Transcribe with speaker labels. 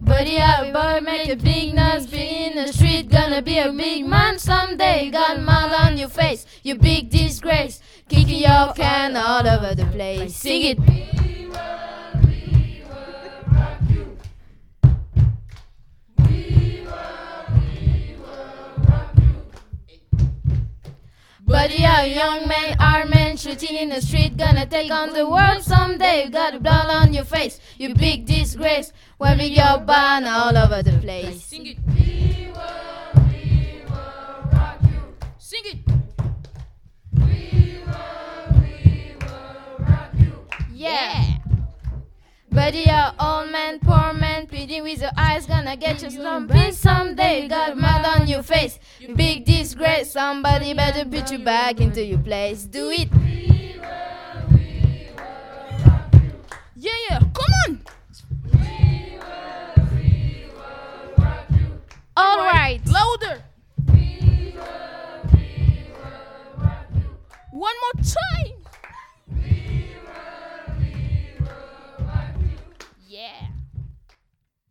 Speaker 1: Buddy up, boy, make a big noise, be in the street, gonna be a big man someday. Got mud on your face, you big disgrace, kicking your can all over the place. Sing it. But yeah, young men are men shooting in the street, gonna take on the world someday. You got blood on your face, you big disgrace, waving your banner all over the place.
Speaker 2: Sing it. We will, we will rock you. Sing it.
Speaker 1: Yeah. But yeah, old man, poor man, pleading with your eyes, gonna get you slumping someday. You got mud on your face, you big disgrace. Somebody better put you back into your place. Do it.
Speaker 2: Yeah, yeah. Come on.
Speaker 1: All right.
Speaker 2: Louder. One more time.